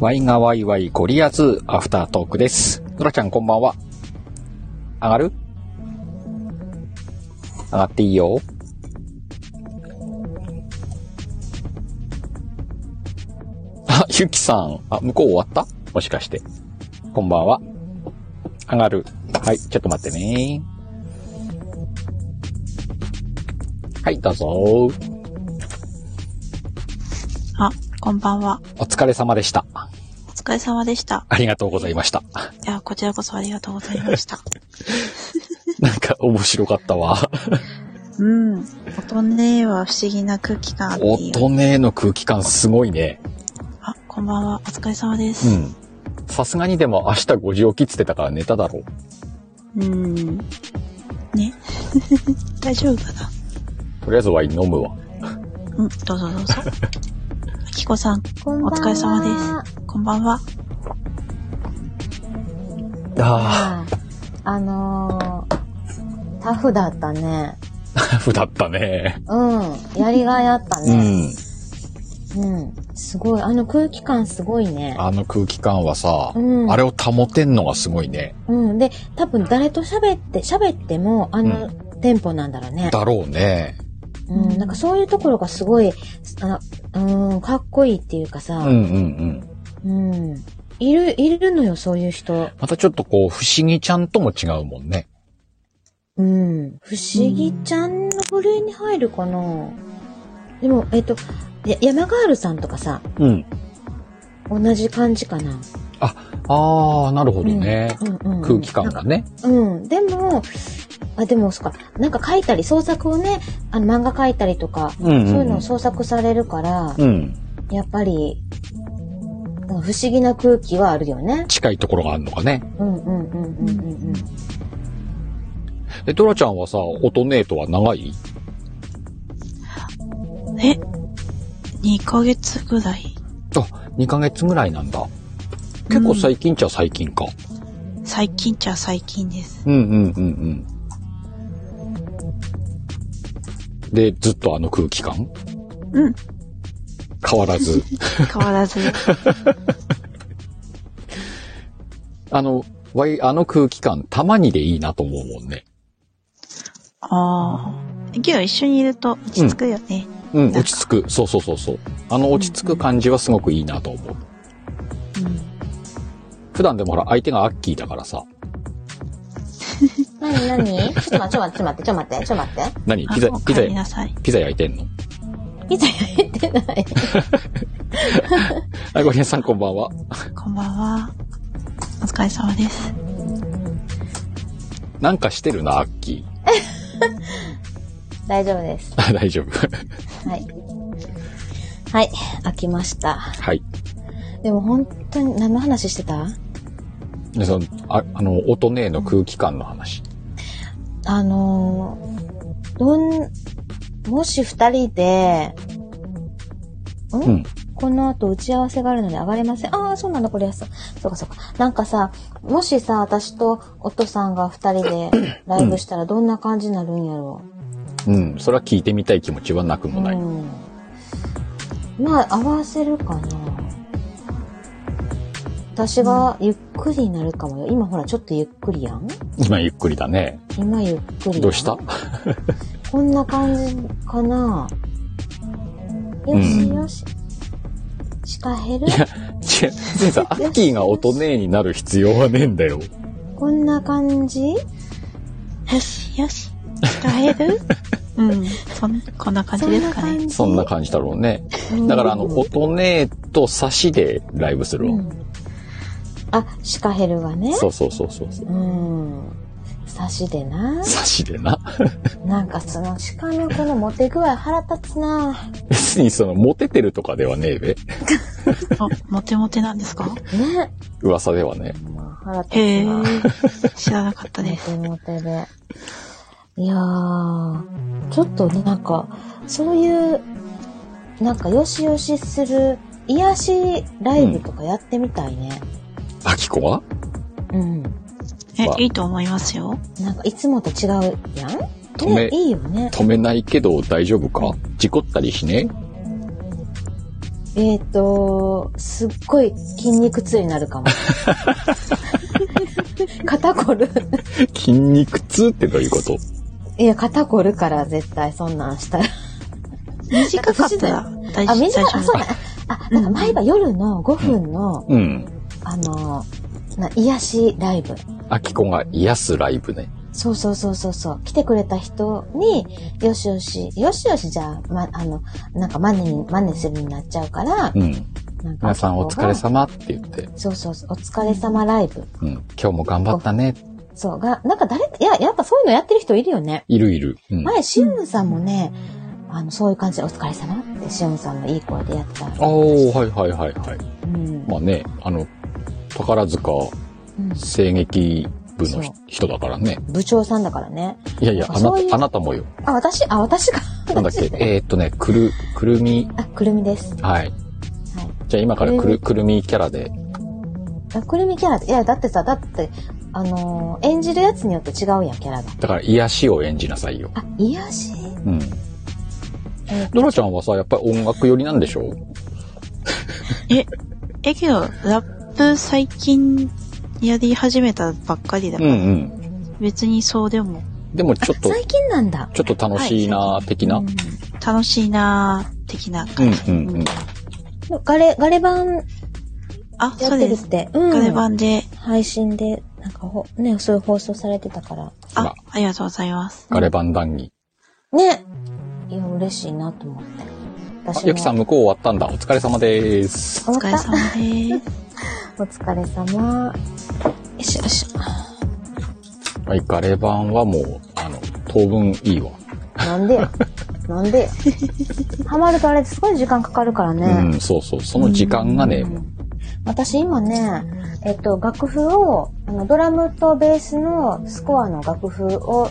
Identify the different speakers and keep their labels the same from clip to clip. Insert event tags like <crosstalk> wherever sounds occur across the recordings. Speaker 1: ワイがワイワイゴリアツアフタートークです。ドラちゃんこんばんは。上がる上がっていいよ。あ、ゆきさん。あ、向こう終わったもしかして。こんばんは。上がる。はい、ちょっと待ってね。はい、どうぞ。
Speaker 2: あ、こんばんは。
Speaker 1: お疲れ様でした。
Speaker 2: お疲れ様でした。
Speaker 1: ありがとうございました。
Speaker 2: いや、こちらこそありがとうございました。
Speaker 1: なんか面白かったわ。
Speaker 2: うん。音ねは不思議な空気感っていう。
Speaker 1: 音ねの空気感すごいね。
Speaker 2: あ、こんばんは。お疲れ様で
Speaker 1: う
Speaker 2: す。
Speaker 1: ん。さすがにでも明日5時起きっつってたから寝ただろう。
Speaker 2: うん。ね。大丈夫かな
Speaker 1: とりあえずワイン飲むわ。
Speaker 2: うん、どうぞどうぞ。あきこさん、
Speaker 3: こん
Speaker 2: お
Speaker 3: ばんは。
Speaker 2: 疲れ様です。こんばんは。
Speaker 1: あ
Speaker 3: あーあのー、タフだったね。
Speaker 1: あ、タフだったね。
Speaker 3: うん。やりがいあった
Speaker 1: う
Speaker 3: ね。
Speaker 1: ん。
Speaker 3: うん。すごい。あの空気感すごいね。
Speaker 1: あの空気感はさ、
Speaker 3: うん
Speaker 1: あれを保てんのがすごいね。
Speaker 3: うん。で、多分誰と喋って、喋っても、あの、テンポなんだろうね。
Speaker 1: だろうね。
Speaker 3: うん。なんかそういうところがすごい、あうん、かっこいいっていうか
Speaker 1: う
Speaker 3: さ
Speaker 1: んう、んうん。
Speaker 3: うん。いる、いるのよ、そういう人。
Speaker 1: またちょっとこう、不思議ちゃんとも違うもんね。
Speaker 3: うん。不思議ちゃんの部類に入るかな。でも、えっと、や山ガールさんとかさ、
Speaker 1: うん。
Speaker 3: 同じ感じかな。
Speaker 1: ああ、なるほどね。
Speaker 3: うんうん、
Speaker 1: 空気感がね。
Speaker 3: うん。でも、あ、でも、そっか、なんか書いたり、創作をね、あの、漫画書いたりとか、
Speaker 1: うんうんうん
Speaker 3: そういうのを創作されるから、
Speaker 1: うん。
Speaker 3: やっぱり、うん不思議な空気はあるよね。
Speaker 1: 近いところがあるのかね。
Speaker 3: うんうんうんうんうんうん。
Speaker 1: え、ドラちゃんはさ、音ねとは長い
Speaker 2: え、2ヶ月ぐらい
Speaker 1: あ、2ヶ月ぐらいなんだ。結構最近っちゃ最近か。
Speaker 2: 最近っちゃ最近です。
Speaker 1: うんうんうんうん。で、ずっとあの空気感
Speaker 2: うん。
Speaker 1: 変わら
Speaker 2: <laughs>
Speaker 1: ず。
Speaker 2: 変わらず。
Speaker 1: あの、わい、あの空気感、たまにでいいなと思うもんね。
Speaker 2: ああ。けど一緒にいると落ち着くよね。
Speaker 1: うん、
Speaker 2: なんか
Speaker 1: 落ち着く。そうそうそうそう。あの落ち着く感じはすごくいいなと思う。普段でもほら、相手がアッキーだからさ。
Speaker 3: なになに <laughs> ちょっと待って、ちょっと待って、ちょっと待って、ちょっと待って。
Speaker 1: 何
Speaker 2: あ
Speaker 1: ピザ
Speaker 2: お、
Speaker 1: ピザ
Speaker 2: 帰り、なさい。
Speaker 1: ピザ焼いてんの <laughs>
Speaker 3: ピザ焼いてない。
Speaker 1: あ、ごめんなさんこんばんは。
Speaker 2: こんばんは。お疲れ様です。
Speaker 1: なんかしてるな、アッキー。
Speaker 3: 大丈夫です。
Speaker 1: あ大丈夫。
Speaker 3: はい。はい、開きました。
Speaker 1: はい。
Speaker 3: でも本当に何の話してた
Speaker 1: でそのああの、音ねの空気感の話。
Speaker 3: あのーどん、もし二人で、ん、
Speaker 1: うん。
Speaker 3: この後打ち合わせがあるので上がれません。ああ、そうなんだ、これやす。そうかそうか。なんかさ、もしさ、私とおとさんが二人
Speaker 1: <coughs>
Speaker 3: でライブしたらどんな感じになるんやろ
Speaker 1: うん。それは聞いてみたい気持ちはなく
Speaker 3: う。
Speaker 1: もない。
Speaker 3: ん。まあ、合わせるかな。私がゆっくりになるかもよ。今ほら、ちょっとゆっくりやん
Speaker 1: 今ゆっくりだね。
Speaker 3: 今ゆっくりやん。
Speaker 1: どうした <laughs>
Speaker 3: こんな感じかな。よしよし。下減る
Speaker 1: いや、違う。別にさ、アッキーが音ねえになる必要はねえんだよ。
Speaker 3: こんな感じ
Speaker 2: よし、よし。帰
Speaker 3: <laughs>
Speaker 2: るうん。そん、こんな感じですかね。
Speaker 1: そんな感じだろうね。だから、あの、
Speaker 3: うん
Speaker 1: 音ねえと差しでライブするわ。
Speaker 3: あ、シカヘルがね。
Speaker 1: そうそうそうそうそう。
Speaker 3: うん。差しでな。
Speaker 1: 差しでな。 <laughs>
Speaker 3: なんかそのシカのこのモテ具合腹立つな。
Speaker 1: 別にその、モテてるとかではねえべ。
Speaker 2: あ、モテモテなんですか
Speaker 3: ね。
Speaker 1: 噂ではね。
Speaker 3: まあ、腹立
Speaker 2: へえ
Speaker 3: つな。。
Speaker 2: 知らなかった
Speaker 3: モ
Speaker 2: です。
Speaker 3: テモテで。いやー、ちょっとね、なんか、そういう、なんかよしよしする、癒しライブとかやってみたいね。
Speaker 1: アキコは
Speaker 3: うん。
Speaker 2: え
Speaker 1: まあ、
Speaker 2: いいと思いますよ。
Speaker 3: なんかいつもと違うやん
Speaker 1: 止め
Speaker 3: ね、いいよね。
Speaker 1: 止めないけど大丈夫か事故ったりしね
Speaker 3: えっ、と、すっごい筋肉痛になるかも。肩こる。
Speaker 1: <laughs> 筋肉痛ってどういうこと
Speaker 3: いや、肩こるから絶対そんなんしたら。
Speaker 2: 短かったら大
Speaker 3: あ、
Speaker 2: 丈
Speaker 3: 短い、あ、そう
Speaker 2: 夫
Speaker 3: だ。あ、なんか毎晩夜の5分の、
Speaker 1: うん。
Speaker 3: あの、な癒しライブ。
Speaker 1: アキコが癒すライブね。
Speaker 3: そうそうそうそうそう。来てくれた人に、よしよし、よしよしじゃあ、ま、あの、なんか真似に、真似するになっちゃうから、
Speaker 1: うん。
Speaker 3: なんか
Speaker 1: 皆さんお疲れ様って言って。
Speaker 3: そうそうそう、お疲れ様ライブ。
Speaker 1: うん。今日も頑張ったね。
Speaker 3: そう、が、なんか誰、いや、やっぱそういうのやってる人いるよね。
Speaker 1: いるいる。うん。
Speaker 3: 前、シムさんもね、あの、そういう感じで、お疲れ様って、シムさんのいい声でやってた。
Speaker 1: おー、はいはいはいはい。
Speaker 3: うん。
Speaker 1: まあね、あの、宝塚
Speaker 3: うん
Speaker 1: 声劇部の
Speaker 3: そう
Speaker 1: ひ人だからね。
Speaker 3: 部長さんだからね。
Speaker 1: いやいや、
Speaker 3: あ
Speaker 1: あな
Speaker 3: そういう
Speaker 1: た、あなたもよ。
Speaker 3: あ、私、あ、私か。
Speaker 1: なんだっけ、えーっとね、くる、くるみ、
Speaker 3: <laughs> あ、くるみです。
Speaker 1: はい。じゃあ今からくる、くるみキャラで。
Speaker 3: あくるみキャラ、いや、だってさ、だって、あのー演じるやつによって違うやん、キャラが。
Speaker 1: だから癒しを演じなさいよ。
Speaker 3: あ、癒し
Speaker 1: うん。ドラちゃんはさ、やっぱり音楽寄りなんでしょ
Speaker 2: え、けど、ラップ最近やり始めたばっかりだ
Speaker 1: う
Speaker 2: か
Speaker 1: ん
Speaker 2: ら、
Speaker 1: うん。
Speaker 2: 別にそうでも、
Speaker 1: でもちょっと、
Speaker 3: 最近なんだ。
Speaker 1: ちょっと楽しいな、的な。
Speaker 2: う
Speaker 1: うん
Speaker 2: ん楽しいなー的な感じ。
Speaker 1: うんうんうん。
Speaker 3: ガレ、ガレ版
Speaker 2: あ、
Speaker 3: や
Speaker 2: そう
Speaker 3: ってる
Speaker 2: で
Speaker 3: っ
Speaker 2: す。
Speaker 3: て。
Speaker 2: ガ
Speaker 3: う
Speaker 2: レ
Speaker 3: ん。
Speaker 2: 版で、
Speaker 3: 配信で、なんかほ、ね、そういう放送されてたから。
Speaker 1: ほ
Speaker 2: あ
Speaker 1: ら、
Speaker 2: ありがとうございます。
Speaker 1: ガレ版談義。
Speaker 3: ね。いや、嬉しいなと思って。
Speaker 1: あ
Speaker 3: 私も
Speaker 1: ゆきさん向こう終わったんだ。お疲れ様でーす。
Speaker 2: お
Speaker 3: 終
Speaker 2: 疲れ
Speaker 3: わった
Speaker 2: 様です。
Speaker 3: お疲れ様。よいしょよいしょ。
Speaker 1: はい、ガレ版はもう、あの、当分いいわ。
Speaker 3: なんで
Speaker 1: <laughs>
Speaker 3: よ。なんでよ。ハマるとあれすごい時間かかるからね。
Speaker 1: うん、そうそう。その時間がね、
Speaker 3: 私今ね、えっと、楽譜を、あの、ドラムとベースのスコアの楽譜を、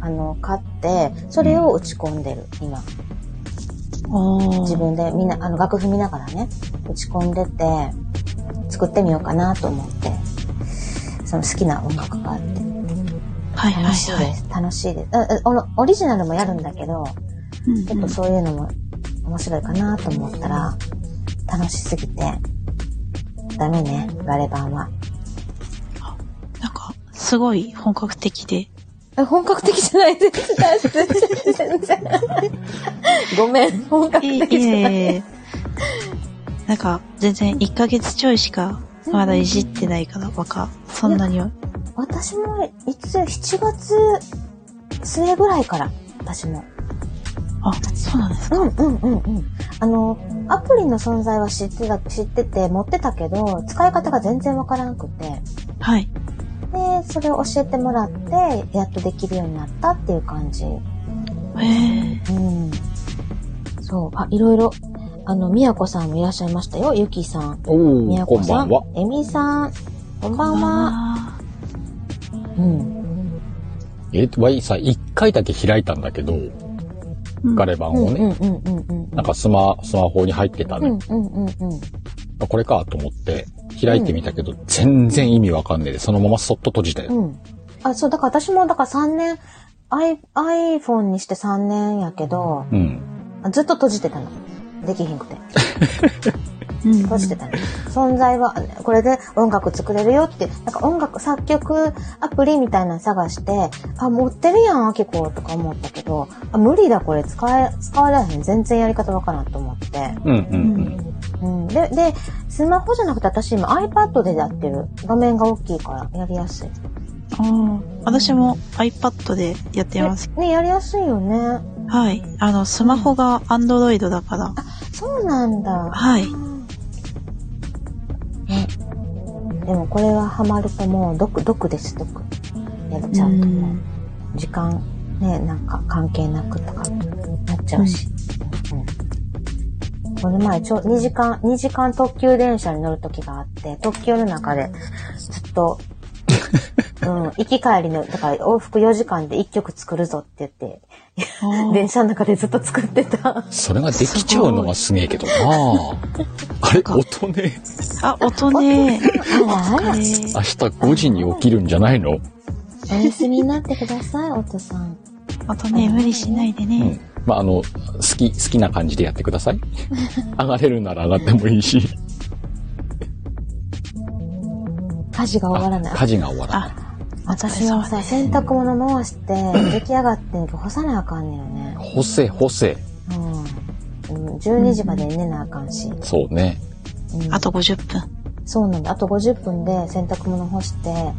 Speaker 3: あの、買って、それを打ち込んでる、今。
Speaker 2: お
Speaker 3: 自
Speaker 2: ー
Speaker 3: 分でみんな、あの、楽譜見ながらね、打ち込んでて、作ってみようかなと思って、その好きな音楽があって、
Speaker 2: はいはい
Speaker 3: 楽しい
Speaker 2: は
Speaker 3: で
Speaker 2: い。
Speaker 3: す。楽しいです。あああのオリジナルもやるんだけど、
Speaker 2: うん
Speaker 3: ちょっとそういうのも面白いかなと思ったら、楽しすぎて、ダメね、ガレ版は。
Speaker 2: なんか、すごい本格的で。
Speaker 3: え本格的じゃない全然、全然、全然。ごめん、本格
Speaker 2: いえ
Speaker 3: 的じゃない。
Speaker 2: いえ。なんか、全然1ヶ月ちょいしか、まだいじってないから、わか。そんなには。
Speaker 3: 私も、いつ、7月末ぐらいから、私も。
Speaker 2: あ、そうなんですか。
Speaker 3: うんうんうんうん。あの、アプリの存在は知ってた、知ってて持ってたけど、使い方が全然わからんくて。
Speaker 2: はい。
Speaker 3: で、それを教えてもらって、やっとできるようになったっていう感じ。う
Speaker 2: へえ。
Speaker 3: ん。そう。あ、いろいろ。あの、みやこさんもいらっしゃいましたよ。ゆきさん。み
Speaker 1: お
Speaker 3: や
Speaker 1: ー、こ
Speaker 3: こ
Speaker 1: ん
Speaker 3: さ
Speaker 1: ば
Speaker 3: ん。
Speaker 1: んは。
Speaker 3: えみさん。こんばんは。
Speaker 2: あ
Speaker 3: うん。
Speaker 1: え、わいさ、一回だけ開いたんだけど、
Speaker 2: ーうん
Speaker 1: ガレ版をね。
Speaker 3: うんうんうんうんうん。
Speaker 1: なんかスマ、スマホに入ってた
Speaker 3: う
Speaker 1: ね。
Speaker 3: んうんうんうん。
Speaker 1: あこれかと思って、開いてみたけど、全然意味わかんねえで、そのままそっと閉じたよ。
Speaker 3: うん。あ、そう、だから私も、だから3年、I、iPhone にして3年やけど、
Speaker 1: うん。
Speaker 3: あずっと閉じてたの。できひんくて。
Speaker 2: うん
Speaker 3: 閉じてたの。存在は、あこれで音楽作れるよって、なんか音楽、作曲アプリみたいなの探して、あ、持ってるやん、アキコとか思ったけど、あ、無理だ、これ使え、使われへん。全然やり方わからんと思って。
Speaker 1: うんうん
Speaker 3: うん。で、で、スマホじゃなくて私今 iPad でやってる。画面が大きいからやりやすい。
Speaker 2: ああ。私も iPad でやってます。
Speaker 3: ね、やりやすいよね。
Speaker 2: はい。あの、スマホが Android だから。
Speaker 3: そうなんだ。
Speaker 2: はい。
Speaker 3: でもこれはハマるともう毒、毒です、毒。やっちゃうともう、時間、ね、なんか関係なくとか、なっちゃうし。うん。この前、ちょ、2時間、2時間特急電車に乗る時があって、特急の中で、ずっ <laughs> と、うん、行き帰りの、だから往復4時間で1曲作るぞって言って、
Speaker 2: あー
Speaker 3: 電車の中でずっと作ってた。
Speaker 1: それができちゃうのがすげえけどなあれ、音ね、
Speaker 2: あ、音ね。
Speaker 3: <laughs> あらあら
Speaker 1: 明
Speaker 2: え
Speaker 1: 日5時に起きるんじゃないの
Speaker 3: お休みになってください、おとさん。
Speaker 2: 音ね、無理しないで
Speaker 1: う
Speaker 2: ね
Speaker 1: ん。。まあ、あの、好き、好きな感じでやってくださ
Speaker 3: <laughs>
Speaker 1: い。上がれるなら上がってもいいし。
Speaker 3: 家事が終わらない
Speaker 1: あ。家事が終わらない。
Speaker 2: あ、
Speaker 3: 私はさ、洗濯物回して、 <laughs> 出来上がってんけど干さなあかんねよね。
Speaker 1: 干せ、干せ。
Speaker 3: うん。うん12時までに寝なあかんし。
Speaker 1: そうね。
Speaker 3: うん
Speaker 2: あと50分。
Speaker 3: そうなんだ。あと50分で洗濯物干して、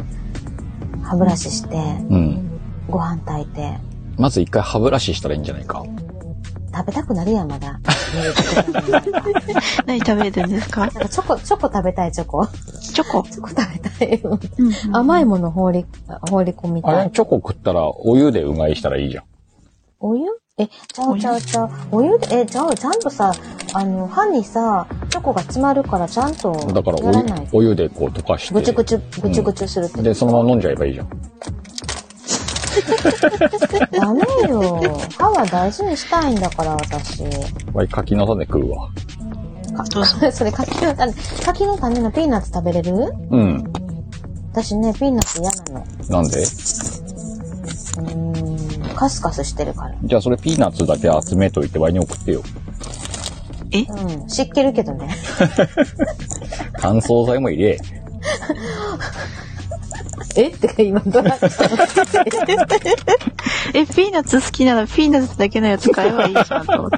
Speaker 3: 歯ブラシして、
Speaker 1: うん。
Speaker 3: ご飯炊いて、
Speaker 1: まず一回歯ブラシしたらいいんじゃないか。
Speaker 3: 食べたくなるやん、まだ。寝る時間になんか
Speaker 2: 何食べるんですか
Speaker 3: チョコ、 <laughs> チョコ食べたい、チョコ。 <laughs>
Speaker 2: チョコ。
Speaker 3: チョコ食べたい。
Speaker 2: うん
Speaker 3: 甘いもの放り、放り込み
Speaker 1: あ
Speaker 3: た
Speaker 1: れ、
Speaker 3: い。
Speaker 1: チョコ食ったらお湯でうがいしたらいいじゃん。
Speaker 3: お湯え、ちゃうちゃうちゃう。お湯え、ちゃう、ちゃんとさ、あの、歯にさ、チョコが詰まるから、ちゃんと
Speaker 1: だから
Speaker 3: やらないと。
Speaker 1: お湯、お湯でこう溶かして。
Speaker 3: ぐちゅぐちゅ、ぐちゅぐちゅするってこと。
Speaker 1: で、そのまま飲んじゃえばいいじゃん。
Speaker 3: ダメよ。歯は大事にしたいんだから、私。 <laughs>
Speaker 1: わい、柿の種食うわ。
Speaker 3: か
Speaker 2: どうぞ
Speaker 3: それ柿の種。柿の種のピーナッツ食べれる
Speaker 1: うん。
Speaker 3: 私ね、ピーナッツ嫌なの。
Speaker 1: なんで
Speaker 3: うーん、カスカスしてるから。
Speaker 1: じゃあそれピーナッツだけ集めといてワイに送ってよ。
Speaker 3: うん、知ってるけどね。
Speaker 1: 乾燥剤も入れ。
Speaker 3: <laughs> えってか今ドラ
Speaker 2: え、ピーナッツ好きならピーナッツだけのやつ買えばいいじゃんと思って。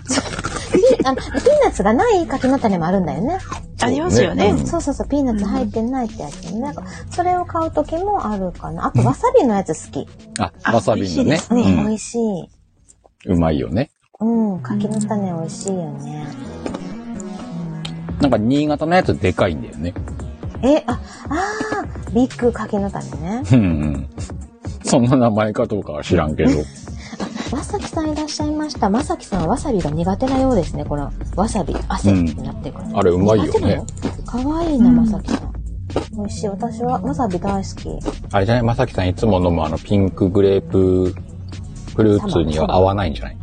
Speaker 3: あの、 <laughs> ピーナッツがない柿の種もあるんだよね。
Speaker 2: ありますよね
Speaker 1: うん。
Speaker 3: そうそうそう、ピーナッツ入ってないってやつね。なんか、それを買う時もあるかな。あと、わさびのやつ好き。
Speaker 1: あ、
Speaker 2: あ
Speaker 1: わさびの
Speaker 2: 美味しいで
Speaker 1: ね。
Speaker 2: す
Speaker 3: ね、
Speaker 1: う
Speaker 3: 美
Speaker 1: ん
Speaker 3: 味しい。
Speaker 1: うまいよね。
Speaker 3: うん、柿の種美味しいよね。
Speaker 1: なんか新潟のやつでかいんだよね。
Speaker 3: え、あ、あー、ビッグ柿の種ね。
Speaker 1: うんうん。そんな名前かどうかは知らんけど。
Speaker 3: まさきさんいらっしゃいました。まさきさんはわさびが苦手なようですね。このわさび、汗になってるから。
Speaker 1: あれうまいよね。
Speaker 3: かわいいな、
Speaker 2: うん
Speaker 3: まさきさん。美味しい。私はわさび大好き。
Speaker 1: あれじゃないまさきさんいつも飲むあのピンクグレープフルーツには合わないんじゃない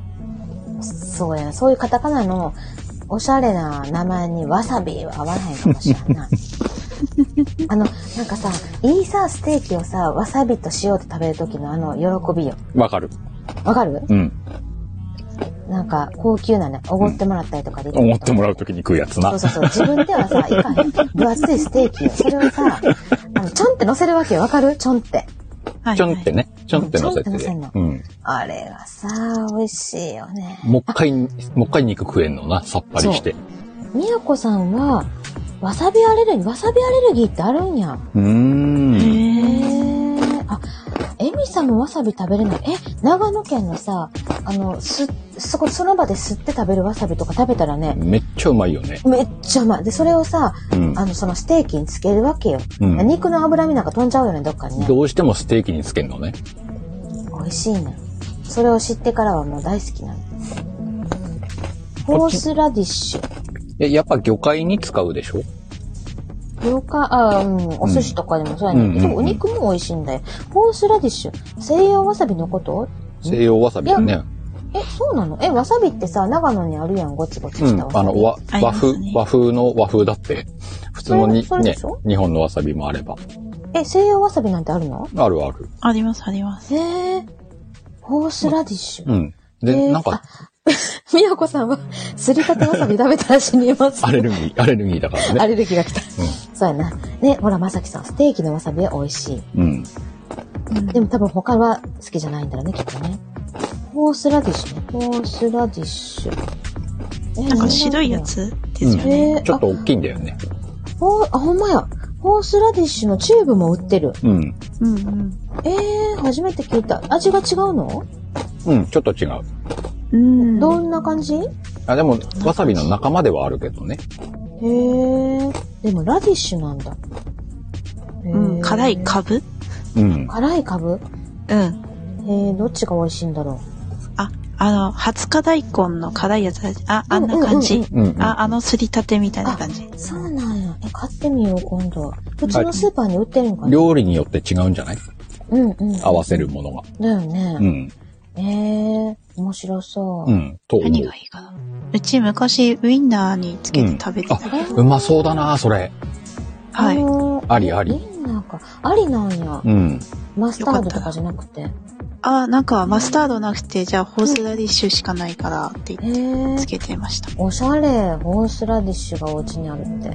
Speaker 3: そうや、そういうカタカナのおしゃれな名前にわさびは合わないかもしれ <laughs> ない。あの、なんかさ、いいさ、ステーキをさ、わさびと塩と食べるときのあの、喜びよ。
Speaker 1: わかる。
Speaker 3: わかる
Speaker 1: うん。
Speaker 3: なんか、高級なね、おごってもらったりとかできる
Speaker 1: 思ってもらうときに食うやつな
Speaker 3: そう。そうそう。自分ではさ、いかへん。分厚いステーキを。それをさ、あの、ちょんって乗せるわけよ。わかるちょんって。
Speaker 2: はいはい
Speaker 1: ちょんってね。ちょんって乗せて
Speaker 3: ちょんって乗せんの。
Speaker 1: うん。
Speaker 3: あれがさ、美味しいよね。
Speaker 1: もう一回、もう一回肉食えんのな。さっぱりして。
Speaker 3: みやこさんは、わさびアレルギー、わさびアレルギーってあるんや。
Speaker 1: うー
Speaker 2: へ
Speaker 1: ん。
Speaker 3: へ
Speaker 2: ー
Speaker 3: ー。あ、エミさんもわさび食べれない。え、長野県のさ、あの、す、そこ、その場で吸って食べるわさびとか食べたらね、
Speaker 1: めっちゃうまいよね。
Speaker 3: めっちゃうまい。で、それをさ、
Speaker 1: うん。
Speaker 3: あの、そのステーキにつけるわけよ。
Speaker 1: うん、
Speaker 3: 肉の脂身なんか飛んじゃうよね、どっかにね。
Speaker 1: どうしてもステーキにつけんのね。
Speaker 3: 美味しいね。それを知ってからはもう大好きなの。ホースラディッシュ。
Speaker 1: え、やっぱ魚介に使うでしょ
Speaker 3: 魚介、あうん、お寿司とかでもそうやねんけど、
Speaker 1: うんうんうん
Speaker 3: お肉も美味しいんだよ。ホースラディッシュ。西洋わさびのこと
Speaker 1: 西洋わさびだね。
Speaker 3: え、そうなのえ、わさびってさ、長野にあるやん、ごちごち
Speaker 1: う
Speaker 3: したわ
Speaker 1: ん。
Speaker 3: さ
Speaker 1: あ
Speaker 3: び。
Speaker 1: の、和、
Speaker 2: あり
Speaker 1: 和
Speaker 2: ますね
Speaker 1: 風、和風の和風だって。普通のに
Speaker 3: それそ、れで
Speaker 1: ね
Speaker 3: しょ、
Speaker 1: 日本のわさびもあれば。
Speaker 3: え、西洋わさびなんてあるの
Speaker 1: あるある。
Speaker 2: ありますあります。
Speaker 3: へえ。ホースラディッシュ。
Speaker 1: うん。で、
Speaker 3: えー
Speaker 1: なんか、
Speaker 3: みやこさんは、すりたてわさび食べたら死にます。
Speaker 1: アレルギー、アレルギーだから
Speaker 3: ア
Speaker 1: ね。
Speaker 3: レルギーが来た。
Speaker 1: ん
Speaker 3: そうやな。ね、ほら、まさきさん、ステーキのわさびは美味しい。
Speaker 1: うん。
Speaker 2: うん
Speaker 3: でも多分他は好きじゃないんだろうね、きっとね。ホースラディッシュね。ホースラディッシュ。え
Speaker 2: なんか白いや。つですよね。
Speaker 3: え
Speaker 1: ち
Speaker 3: ー、
Speaker 1: ょ
Speaker 3: あ
Speaker 1: っと、大きいんだよね。
Speaker 3: ほあ、ほんまや。ホースラディッシュのチューブも売ってる。
Speaker 1: うん。
Speaker 2: うんうん。
Speaker 3: えー、初めて聞いた。味が違うの
Speaker 1: うん、ちょっと違う。
Speaker 2: うん。
Speaker 3: どんな感じ、へ
Speaker 1: あ、でも、わさびの仲間ではあるけどね。
Speaker 3: ー。でもラディッシュなんだ。
Speaker 2: うん、辛い
Speaker 3: か
Speaker 2: カブ
Speaker 1: うん。
Speaker 3: 辛いかぶ
Speaker 2: うん。
Speaker 3: えー、どっちが美味しいんだろ
Speaker 2: あ、あの、20日大根の辛いやつあるじゃんあ、あんな感
Speaker 3: うんう
Speaker 2: じ。
Speaker 1: うん、うん。
Speaker 2: あ、あのすりたてみたいな感じ
Speaker 3: う。。そうなんや。え、買ってみよう、今度。普通のスーパーに売ってるんかな、
Speaker 1: 料理によって違うんじゃない
Speaker 3: うんうん。
Speaker 1: 合わせるものが。
Speaker 3: だよね。
Speaker 1: うん。
Speaker 3: えー、面白そう。
Speaker 1: うん。と思う
Speaker 2: 何がいいかな。うち昔ウインナーにつけて食べてた。
Speaker 3: あれ
Speaker 1: うまそうだなそれ。
Speaker 2: は
Speaker 3: あ
Speaker 2: い。
Speaker 3: のー
Speaker 1: ありあり
Speaker 3: いいなんか、ありなんや。
Speaker 1: うん。
Speaker 3: マスタードとかじゃなくて。
Speaker 2: あ、なんかマスタードなくて、じゃあホースラディッシュしかないからって
Speaker 3: へ
Speaker 2: 言って
Speaker 3: え
Speaker 2: つ。けてました。
Speaker 3: おしゃれ、ホースラディッシュがお家にあるって。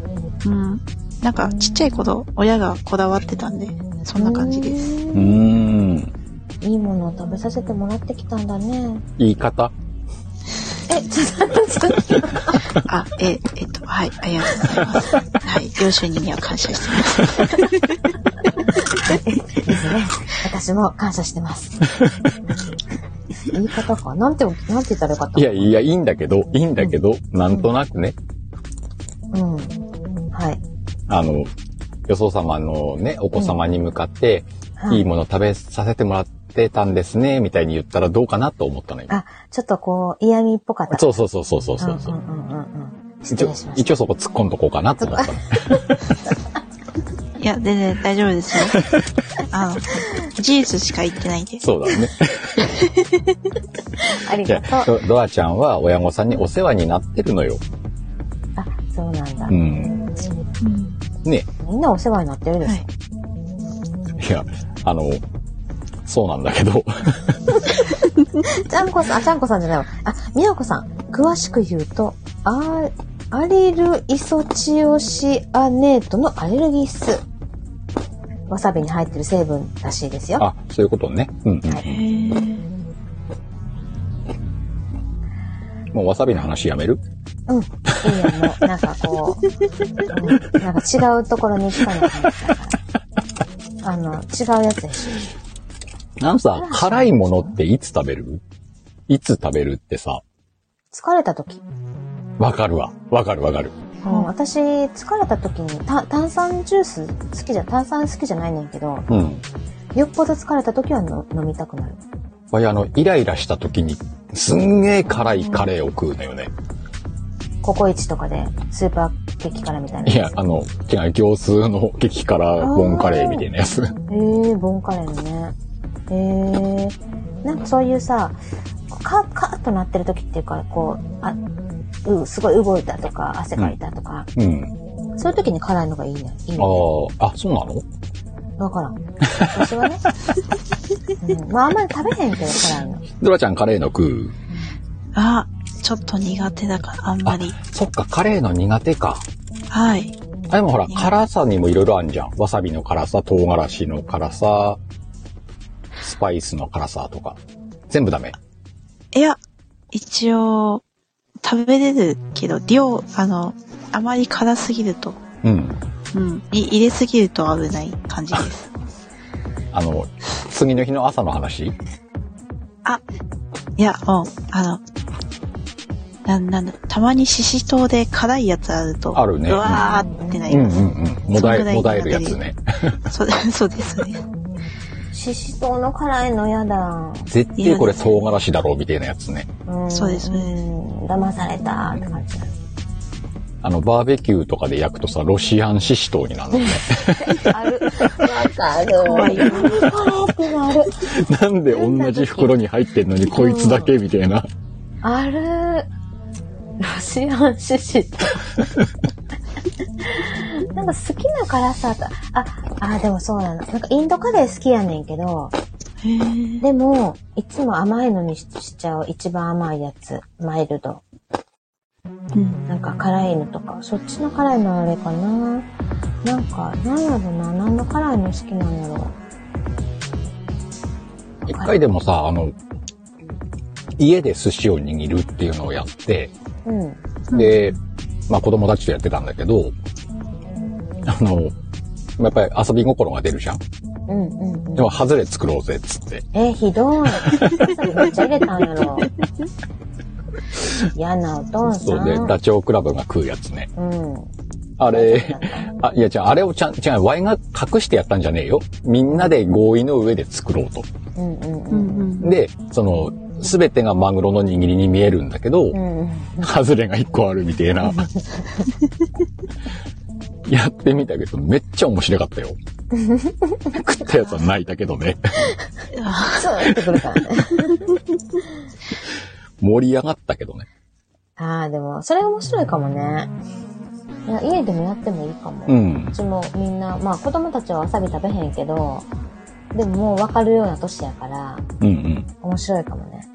Speaker 2: うん。なんかちっちゃい頃、親がこだわってたんで、そんな感じです。
Speaker 1: うーん。
Speaker 3: いいものを食べさせてもらってきたんだね。
Speaker 1: 言い方
Speaker 3: え、ちょっと待って、ちょっと待って
Speaker 2: あ、え、えっと、はい、ありがとうございます。はい、両親には感謝してます。
Speaker 3: ですね。私も感謝してます。言い方か。なんて、なんて言ったらよかった
Speaker 1: いや、いや、いいんだけど、いいんだけど、なんとなくね、
Speaker 3: うん。はい。
Speaker 1: あの、よそ様のね、お子様に向かって、
Speaker 3: はい
Speaker 1: いいもの食べさせてもらってたんですね、みたいに言ったらどうかなと思ったのよ。
Speaker 3: あ、ちょっとこう、嫌味っぽかった。
Speaker 1: そうそうそうそうそうそう。
Speaker 3: うんうんうんうんうん。
Speaker 1: 一
Speaker 3: 失
Speaker 1: 応
Speaker 3: 礼しまし
Speaker 1: 一応そこ突っ込んどこうかなと思ったの。
Speaker 2: いや、全然大丈夫ですよ。あの、事実しか言ってないんで。
Speaker 1: そうだね。
Speaker 3: た。あ
Speaker 1: <laughs>
Speaker 3: り
Speaker 1: いや
Speaker 3: がとう。
Speaker 1: ドドアちゃんは親御さんにお世話になってるのよ。
Speaker 3: あ、そうなんだ。
Speaker 1: う
Speaker 3: み
Speaker 1: ん。
Speaker 2: うん。
Speaker 1: ね。
Speaker 3: んなお世話になってるで
Speaker 2: は
Speaker 3: し
Speaker 2: い。
Speaker 1: いや、あの、そうなんだけど。
Speaker 3: ょ。ちゃんこさん、あ、ちゃんこさんじゃないわ。あ、みやこさん。詳しく言うと、アアリルイソチオシアネートのアレルギー質。わさびに入ってる成分らしいですよ。
Speaker 1: あ、そういうことね。うん
Speaker 3: は
Speaker 2: へ
Speaker 3: い
Speaker 2: ー
Speaker 1: うん。もうわさびの話やめる
Speaker 3: うん。いいよ、もう、なんかこう、うん、なんか違うところに行きたいなと思ったから。あの、違うやつでし
Speaker 1: なんさ、辛いものっていつ食べるいつ食べるってさ、
Speaker 3: ょ。疲れた時。
Speaker 1: わかるわ。わかるわかる。
Speaker 3: うん、私、疲れた時にた炭酸ジュース好きじゃ、炭酸好きじゃないねんけど、
Speaker 1: うん。
Speaker 3: よっぽど疲れた時はの飲みたくなる。
Speaker 1: わいあの、イライラした時に、すんげえ辛いカレーを食うのよね。
Speaker 3: ココイチとかで、スーパー激辛みたいない
Speaker 1: や、あの、違う、行数の激辛ボンカレーみたいなやつ。
Speaker 3: えー、ボンカレーね。えー、なんかそういうさ、カーカーッとなってる時っていうか、こう、あ、う、すごい動いたとか、汗かいたとか、
Speaker 1: うん。
Speaker 3: そういう時に辛いのがいいね。いいね。
Speaker 1: ああ、あ、そうなの
Speaker 3: わからん。
Speaker 1: <laughs>
Speaker 3: 私はね。うん、まああんまり食べへんけど、辛いの。
Speaker 1: ドラちゃんカレーの食う
Speaker 2: あ、ちょっと苦手だから、あんまり。
Speaker 1: そっか、カレーの苦手か。
Speaker 2: はい。
Speaker 1: あ、でもほら、
Speaker 2: 苦手
Speaker 1: 辛さにもいろいろあるじゃん。わさびの辛さ、唐辛子の辛さ、スパイスの辛さとか。全部ダメ。
Speaker 2: いや、一応、食べれるけど、量、あの、あまり辛すぎると、
Speaker 1: うん。
Speaker 2: うん、い入れすぎると危ない感じです。
Speaker 1: あの、次の日の朝の話
Speaker 2: いや、もう、あの、なんなんだ、たまにシシトウで辛いやつあると、
Speaker 1: あるね
Speaker 2: うわーってな
Speaker 1: う
Speaker 2: り
Speaker 1: んう
Speaker 2: ま
Speaker 1: ん
Speaker 2: す。
Speaker 1: うん。もだ
Speaker 2: そんぐら
Speaker 1: え、
Speaker 2: い
Speaker 1: もだえるやつね。
Speaker 2: そう <laughs> そうですね。
Speaker 3: ししとうの辛いのやだ。
Speaker 1: 絶対これ唐辛子だろうみたいなやつね。
Speaker 3: うん、
Speaker 2: そうですね
Speaker 3: うん騙されたって感じ。
Speaker 1: あの、バーベキューとかで焼くとさ、ロシアンシシトウになるのね。
Speaker 3: ある。わかる。
Speaker 2: 怖いよ
Speaker 3: 辛ってなる。
Speaker 1: <laughs> なんで同じ袋に入ってんのにこいつだけみたいな。
Speaker 3: ある。ロシアンシシトウ。なんか好きな辛さだ。あ、あ、でもそうなの。なんかインドカレー好きやねんけど、
Speaker 2: へー
Speaker 3: でも、いつも甘いのにししちゃう。一番甘いやつ。マイルド。
Speaker 2: うん
Speaker 3: なんか辛いのとか、そっちの辛いのあれかな。なんか、なんやろな、何の辛いの好きなんだろ
Speaker 1: 一回でもさ、あの、家で寿司を握るっていうのをやって、
Speaker 3: う。うん。
Speaker 1: で、まあ子供たちとやってたんだけど、あの、やっぱり遊び心が出るじゃん。
Speaker 3: うんうんうん
Speaker 1: で。も、ハズレ作ろうぜっつって。
Speaker 3: えー、ひどい。めっちゃ入れたんやろ。嫌なお父さ。
Speaker 1: そうんで、ダチョウ倶楽部が食うやつね。
Speaker 3: うん。
Speaker 1: あれ、
Speaker 3: え
Speaker 1: あ、いや、じゃあ、あれをちゃん、じゃあ、ワイが隠してやったんじゃねえよ。みんなで合意の上で作ろうと。
Speaker 3: うんうん
Speaker 2: う
Speaker 3: うんん。
Speaker 2: うん
Speaker 1: で、その、すべてがマグロの握りに見えるんだけど、
Speaker 3: うん。
Speaker 1: ハズレが一個あるみた
Speaker 3: <laughs>
Speaker 1: いな。やってみたけど、めっちゃ面白かったよ。食ったやつは泣いたけどね。
Speaker 3: そうやってくるからね。
Speaker 1: 盛り上がったけどね。
Speaker 3: ああ、でも、それ面白いかもね。いや家でもやってもいいかも。
Speaker 1: うん
Speaker 3: う。ちもみんな、まあ子供たちはわさび食べへんけど、でももう分かるような年やから、
Speaker 1: うんうん。
Speaker 3: 面白いかもね。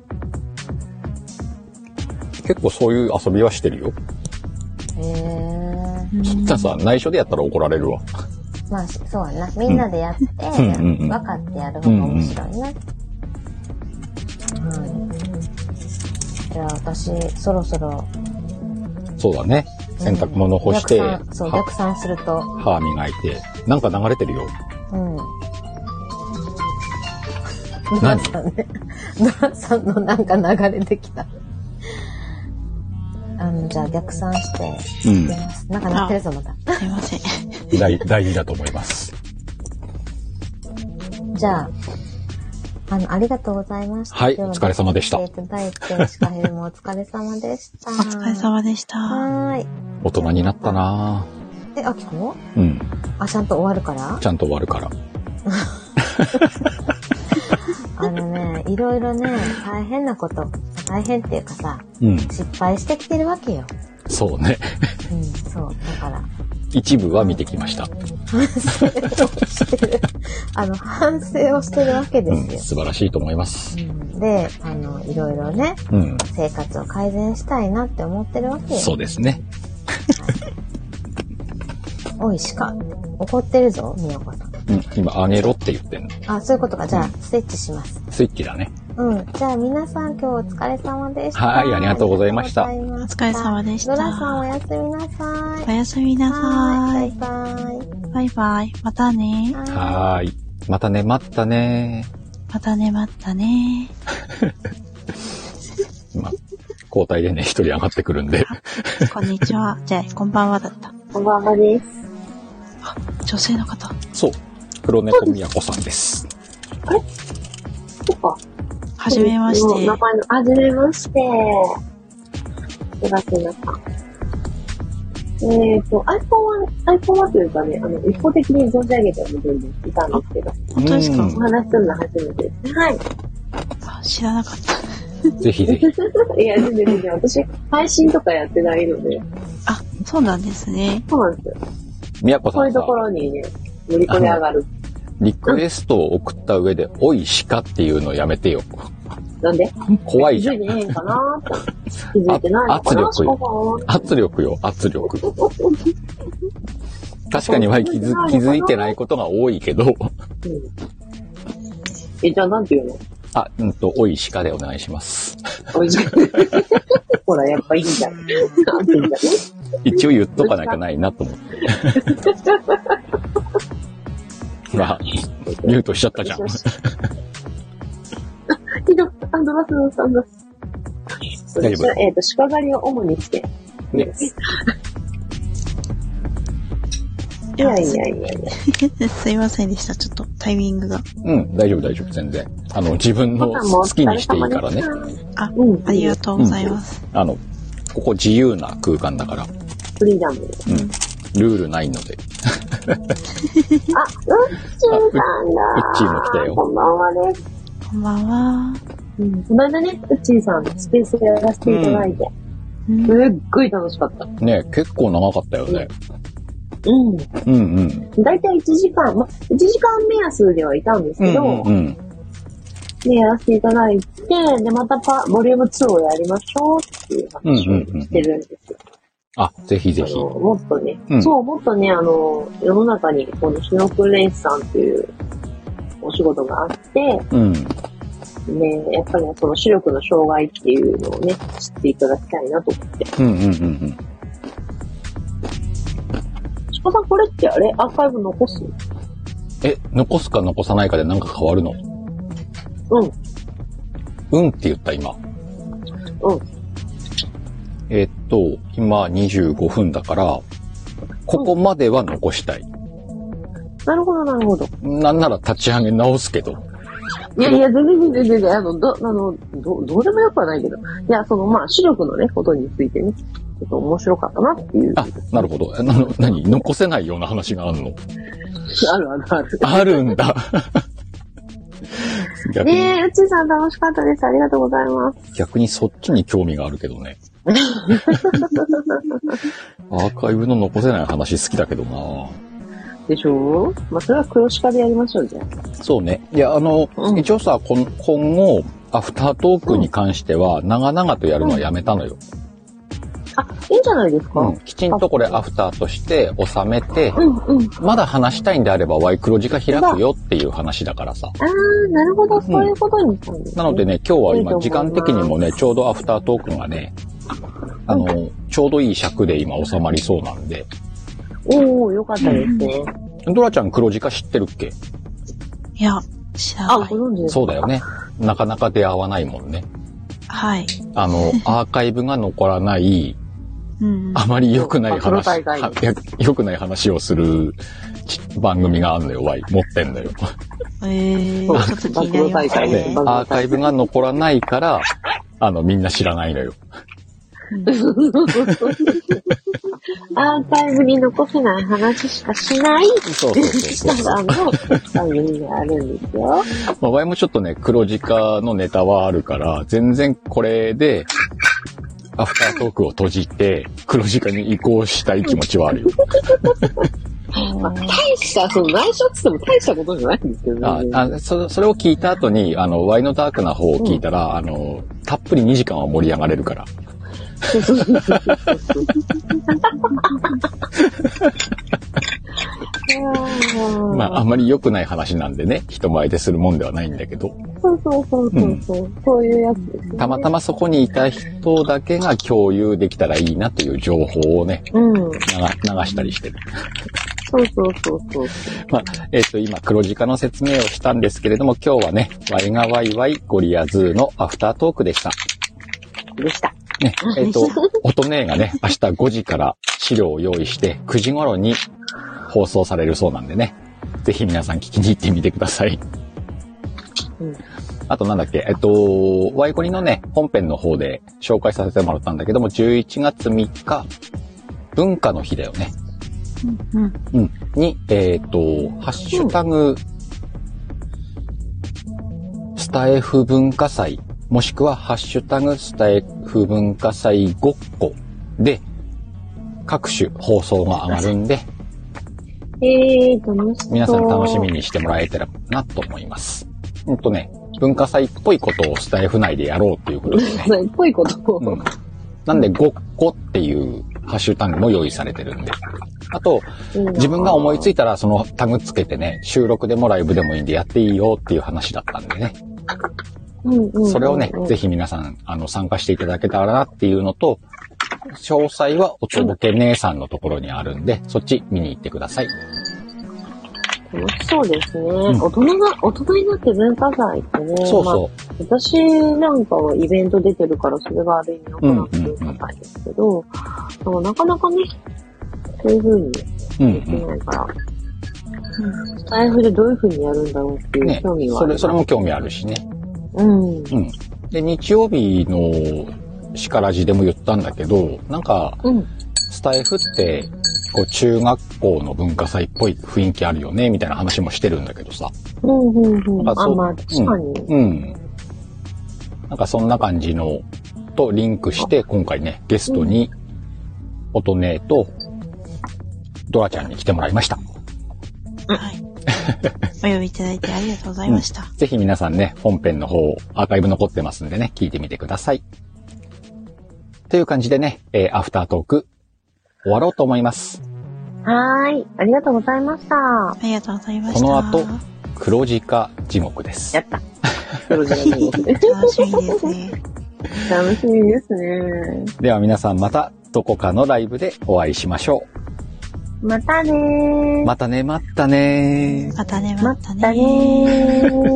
Speaker 1: 結構そういう遊びはしてるよ。
Speaker 3: へえ。
Speaker 2: うん
Speaker 1: そんなさ、内緒でやったら怒られるわ。
Speaker 3: まあ、しそうやな。みんなでやって、
Speaker 1: んうんうん
Speaker 3: 分かってやる方が面白いね。うん。じゃあ私、そろそろ、
Speaker 1: そうだね。洗濯物干して、
Speaker 3: 逆算そう、逆
Speaker 1: は
Speaker 3: 算すると、
Speaker 1: 歯磨いて。なんか流れてるよ。
Speaker 3: うん。 <laughs>
Speaker 1: 何
Speaker 3: ドラさんね。ドラさんのなんか流れてきた。あの、じゃあ逆算して、
Speaker 1: うん
Speaker 3: 出ます。なんか鳴ってるぞ、また。
Speaker 2: すいません。
Speaker 1: 大大事だと思います。
Speaker 3: じゃあ、あの、ありがとうございました。
Speaker 1: はい
Speaker 3: 今日
Speaker 1: お疲れ様でした
Speaker 3: 来ていただいて、シカヘルもお疲れ様でした。
Speaker 2: <laughs>
Speaker 3: お
Speaker 2: お疲れ。様でした。
Speaker 3: はーい。
Speaker 1: 大人になったなぁ
Speaker 3: え、あきこも
Speaker 1: うん。
Speaker 3: あ、ちゃんと終わるから
Speaker 1: ちゃんと終わるから。
Speaker 3: あのね、いろいろね、大変なこと、大変っていうかさ、
Speaker 1: うん。
Speaker 3: 失敗してきてるわけよ。
Speaker 1: そうね。 <laughs>
Speaker 3: うん、そう。だから、
Speaker 1: 一部は見てきました。
Speaker 3: 反省をしてる。あの、反省をしてるわけ
Speaker 1: うん。
Speaker 3: です
Speaker 1: 素晴らしいと思います。
Speaker 3: よ。うん、で、あの、いろいろね、
Speaker 1: うん。
Speaker 3: 生活を改善したいなって思ってるわけよ。
Speaker 1: そうですね。
Speaker 3: おい、しか、怒ってるぞ、みやこさん。
Speaker 1: うん。今、あげろって言ってんの。
Speaker 3: あ、そういうことか。じゃあ、スイッチします。
Speaker 1: スイッチだね。
Speaker 3: うん。じゃあ、皆さん今日お疲れ様でした。
Speaker 1: はいありがとうございました
Speaker 3: ありがとうご
Speaker 2: お
Speaker 3: ざいま
Speaker 2: 疲れ様でした
Speaker 3: ドラさんおやすみなさ
Speaker 2: お
Speaker 3: い。
Speaker 2: やすみなさ
Speaker 3: はい
Speaker 2: い。
Speaker 3: バイ
Speaker 2: バイバイ。またね。
Speaker 3: バイ。い。
Speaker 1: はーい。またね、待ったね。
Speaker 2: またね、またね。
Speaker 1: まあ、交代でね、一人上がってくるん
Speaker 4: <laughs>
Speaker 1: で。
Speaker 2: こんに
Speaker 1: <laughs>
Speaker 2: ちは。じゃあ、こんばんはだった。
Speaker 3: こんばんはです。
Speaker 2: 女性の方。
Speaker 1: そう。黒猫みやこさんです。
Speaker 4: そっか。
Speaker 2: はじめまして。
Speaker 4: 名前の、はじめまして。9月になった。えっ、ー、と、アイコンは、アイコンはというかね、あの、一方的に存じ上げては全然いたんですけど、
Speaker 2: 本当ですか
Speaker 1: う
Speaker 4: お話しするのは初めてです
Speaker 2: <laughs>
Speaker 4: ね。はい。
Speaker 2: あ知らなかった。
Speaker 1: ぜひぜひ。
Speaker 4: いや、全然全然、私、配信とかやってないので、
Speaker 2: あ、そうなんですね。 <laughs>
Speaker 4: そうなんですよ。
Speaker 1: みやこ
Speaker 4: こ
Speaker 1: さ
Speaker 4: うい
Speaker 1: ん
Speaker 4: うと
Speaker 1: さ
Speaker 4: こ、ろにね、乗り込み上がる。
Speaker 1: リクエストを送った上で、おい鹿っていうのやめてよ。
Speaker 4: なんで
Speaker 1: 怖
Speaker 4: 気
Speaker 1: いじゃ
Speaker 4: づ
Speaker 1: ん
Speaker 4: い。てへんかなと気づいてないのか
Speaker 1: あ
Speaker 4: な
Speaker 1: 圧力よ圧力よ、圧力。確かに前気づ気づいてないことが多いけど、
Speaker 4: うんえ、じゃあなんて言うの
Speaker 1: あ、うんと、おい鹿でお願いします。 <laughs>
Speaker 4: <laughs> 美味しい。ほら、やっぱいいんじゃん。なんて言うんだろ
Speaker 1: 一応言っとかなきゃないなと <laughs> 思って。ほら、ミュートしちゃったじゃん。
Speaker 4: うひどく、アンドラスのさんが。
Speaker 1: 大丈夫
Speaker 4: 私は、えっ、と、鹿狩りを主にして。
Speaker 1: ね、
Speaker 4: いやいやいやいや。
Speaker 2: すいませんでした。ちょっとタイミングが。
Speaker 1: うん、大丈夫大丈夫、全然。あの、自分の好きにしていいからね。
Speaker 2: あ、
Speaker 4: うん
Speaker 2: ありがとうございます。
Speaker 1: あの、ここ自由な空間だから、
Speaker 4: フリーダムです。
Speaker 1: うん、ルールないので。
Speaker 4: あ、うっちーさんだ。
Speaker 1: うっちーも来たよ
Speaker 4: こんばんはです。
Speaker 2: こんばんは。
Speaker 4: うん、この間ね、うっちーさん、スペースでやらせていただいて、
Speaker 2: うん
Speaker 4: すっごい楽しかった。
Speaker 1: ね、結構長かったよね。
Speaker 4: うん。
Speaker 1: うんうん。
Speaker 4: だいたい1時間、ま、1時間目安ではいたんです
Speaker 1: う
Speaker 4: け
Speaker 1: ん
Speaker 4: ど、
Speaker 1: うんうん。
Speaker 4: で、やらせていただいて、で、またパ、ボリューム2をやりましょうっていう話をしてるんですよ。
Speaker 1: あ、ぜひぜひ。
Speaker 4: あの、もっとね、
Speaker 1: うん
Speaker 4: そう、もっとね、あの、世の中に、この、シノクレイスさんっていうお仕事があって、
Speaker 1: うん。
Speaker 4: ね、やっぱりその視力の障害っていうのをね、知っていただきたいなと思って。
Speaker 1: うんうんうんうん。
Speaker 4: しこさん、これってあれアーカイブ残す
Speaker 1: え、残すか残さないかでなんか変わるの
Speaker 4: うん。
Speaker 1: うんって言った今。
Speaker 4: うん。
Speaker 1: えっと、今25分だから、ここまでは残したい。
Speaker 4: なるほど、なるほど。
Speaker 1: なんなら立ち上げ直すけど。
Speaker 4: いやいや、全然全然全然、あの、ど、あの、ど、どうでもよくはないけど。いや、その、まあ、視力のね、ことについてね、ちょっと面白かったなっていう。
Speaker 1: あ、なるほど。えなの何残せないような話があるの
Speaker 4: あるあるある。
Speaker 1: あるんだ。 <laughs> 逆に、
Speaker 4: ねえ、うちさん楽しかったです。ありがとうござい
Speaker 1: <laughs>
Speaker 4: ます。
Speaker 1: 逆にそっちに興味があるけどね。アーカイブの残せない話好きだけどな
Speaker 4: でしょまあ、それは黒鹿でやりましょう、じゃあ。
Speaker 1: そうね。いや、あの、
Speaker 4: うん
Speaker 1: 一応さ、こん今後、アフタートークに関しては、長々とやるのはやめたのよ。
Speaker 4: あ、いいんじゃないですか、
Speaker 1: うん。きちんとこれアフターとして収めて、
Speaker 4: うん、うん、
Speaker 1: まだ話したいんであれば、ワイクロ時間開くよっていう話だからさ。
Speaker 4: あー、なるほど、そういうことにしたんです、ね
Speaker 1: なのでね、今日はい
Speaker 4: い
Speaker 1: 今、
Speaker 4: と思います
Speaker 1: 時間的にもね、ちょうどアフタートークがね、あの、ちょうどいい尺で今収まりそうなんで。
Speaker 4: おおよかったですね。
Speaker 1: ドラちゃん黒字化知ってるっけ
Speaker 2: いや、知ら
Speaker 4: あ、
Speaker 2: ない
Speaker 4: ご。存知ですか
Speaker 1: そうだよね。なかなか出会わないもんね。
Speaker 2: はい。
Speaker 1: あ
Speaker 4: <laughs>
Speaker 1: の、アーカイブが残らない、
Speaker 2: うん。
Speaker 1: あまり良くない
Speaker 4: <laughs> あその
Speaker 1: 話、
Speaker 4: 大会
Speaker 1: はや良くない話をするち番組があるのよ、ワイ。持ってんのよ。
Speaker 2: ええ
Speaker 4: そう
Speaker 2: ー、ちょっと気になります
Speaker 4: 大会
Speaker 2: ね
Speaker 4: ね。
Speaker 1: アーカイブが残らないから、あの、みんな知らないのよ。
Speaker 2: うん
Speaker 4: アーカイブに残せない話しかしない
Speaker 1: そうそうそう
Speaker 4: 人
Speaker 1: そう。
Speaker 4: がの番組があるんですよ。
Speaker 1: まあ、ワイもちょっとね、黒字化のネタはあるから、全然これで、アフタートークを閉じて、黒字化に移行したい気持ちはあるよ。
Speaker 4: まあ、大した、その内緒っつっても大したことじゃないんですけどね。
Speaker 1: ああそそれを聞いた後に、あの、ワイのダークな方を聞いたら、あの、たっぷり2時間は盛り上がれるから。
Speaker 4: うん
Speaker 1: まあ、あんまり良くない話なんでね、人前でするもんではないんだけど、
Speaker 4: そうそうそうそうそう、そういうやつですね。
Speaker 1: たまたまそこにいた人だけが共有できたらいいなという情報をね、
Speaker 4: うん。
Speaker 1: 流流したりしてる。
Speaker 4: そうそうそうそう。
Speaker 1: まあ、えっ、と、今、黒字化の説明をしたんですけれども、今日はね、ワイがワイワイゴリアズーのアフタートークでした。
Speaker 4: でした。
Speaker 1: ね、えっ、と、音姉がね、明日5時から資料を用意して、9時頃に放送されるそうなんでね、ぜひ皆さん聞きに行ってみてください。
Speaker 4: うん
Speaker 1: あとなんだっけ、えっ、と、ワイコリのね、本編の方で紹介させてもらったんだけども、11月3日、文化の日だよね。
Speaker 2: うん。
Speaker 1: うん。に、えっ、と、ハッシュタグ、スタエフ文化祭、もしくはハッシュタグスタエフ文化祭ごっこで、各種放送が上がるんで、
Speaker 4: えー、楽しそう。
Speaker 1: 皆さん楽
Speaker 4: <laughs>
Speaker 1: しみにしてもらえたらなと思います。うんとね、文化祭っぽいことをスタエフ内でやろうっていうことでね。
Speaker 4: っぽいことを。
Speaker 1: <laughs> うん。なんで、ごっこっていうハッシュタグも用意されてるんで。あと、自分が思いつ
Speaker 4: い
Speaker 1: いたらそのタグつけてね、収録でもライブでもいいんでやっていいよっていう話だったんでね。
Speaker 4: て
Speaker 1: それをね、ぜ
Speaker 4: ひ。
Speaker 1: ひ皆さん、あの、参加していただけたらなっていうのと、詳細はおとぼけ姉さんのところにあるんで、そっち見に行ってください。
Speaker 4: 楽しそうですね。
Speaker 1: ん
Speaker 4: 大人が、大人になって文化祭ってね。
Speaker 1: そう
Speaker 4: まあ
Speaker 1: そ
Speaker 4: 私なんかはイベント出てるから、それがある意味わからんっていう方なんですけど、でもなかなかね、そういう風にで
Speaker 1: う。うん、
Speaker 4: き
Speaker 1: う
Speaker 4: ないから、スタイフでどういう風にやるんだろうってい
Speaker 1: ん。
Speaker 4: う
Speaker 1: ね、
Speaker 4: 興味はあ
Speaker 1: そ
Speaker 4: る、
Speaker 1: れ、それも興味あるしね。
Speaker 4: うん。
Speaker 1: うん。で、日曜日のしからじでも言ったんだけど、なんか、
Speaker 4: うん。
Speaker 1: スタイフって、こう、中学校の文化祭っぽい雰囲気あるよね、みたいな話もしてるんだけどさ。
Speaker 4: うん、うん、うん。
Speaker 1: なんかそう
Speaker 4: あ、まあ、確かに。
Speaker 1: うん。なんかそんな感じのとリンクして、今回ね、ゲストに、音姉と、ドラちゃんに来てもらいました。
Speaker 2: はい。お呼びいただいてありがとうございました。
Speaker 1: ぜひ皆さんね、本編の方、アーカイブ残ってますんでね、聞いてみてください。という感じでね、えーアフタートーク、終わろうと思います。
Speaker 4: はーい。ありがとうございました。
Speaker 2: ありがとうございました。
Speaker 1: この後黒字化地獄です。
Speaker 4: やった。楽しみですね。
Speaker 2: 楽しみですね。
Speaker 4: 楽しみですね。
Speaker 1: では皆さんまた、どこかのライブでお会いしましょ
Speaker 4: またねー。
Speaker 1: う。またね、まったね
Speaker 2: またね、
Speaker 4: ま
Speaker 2: ま
Speaker 4: ったた
Speaker 2: ね。
Speaker 4: ねー。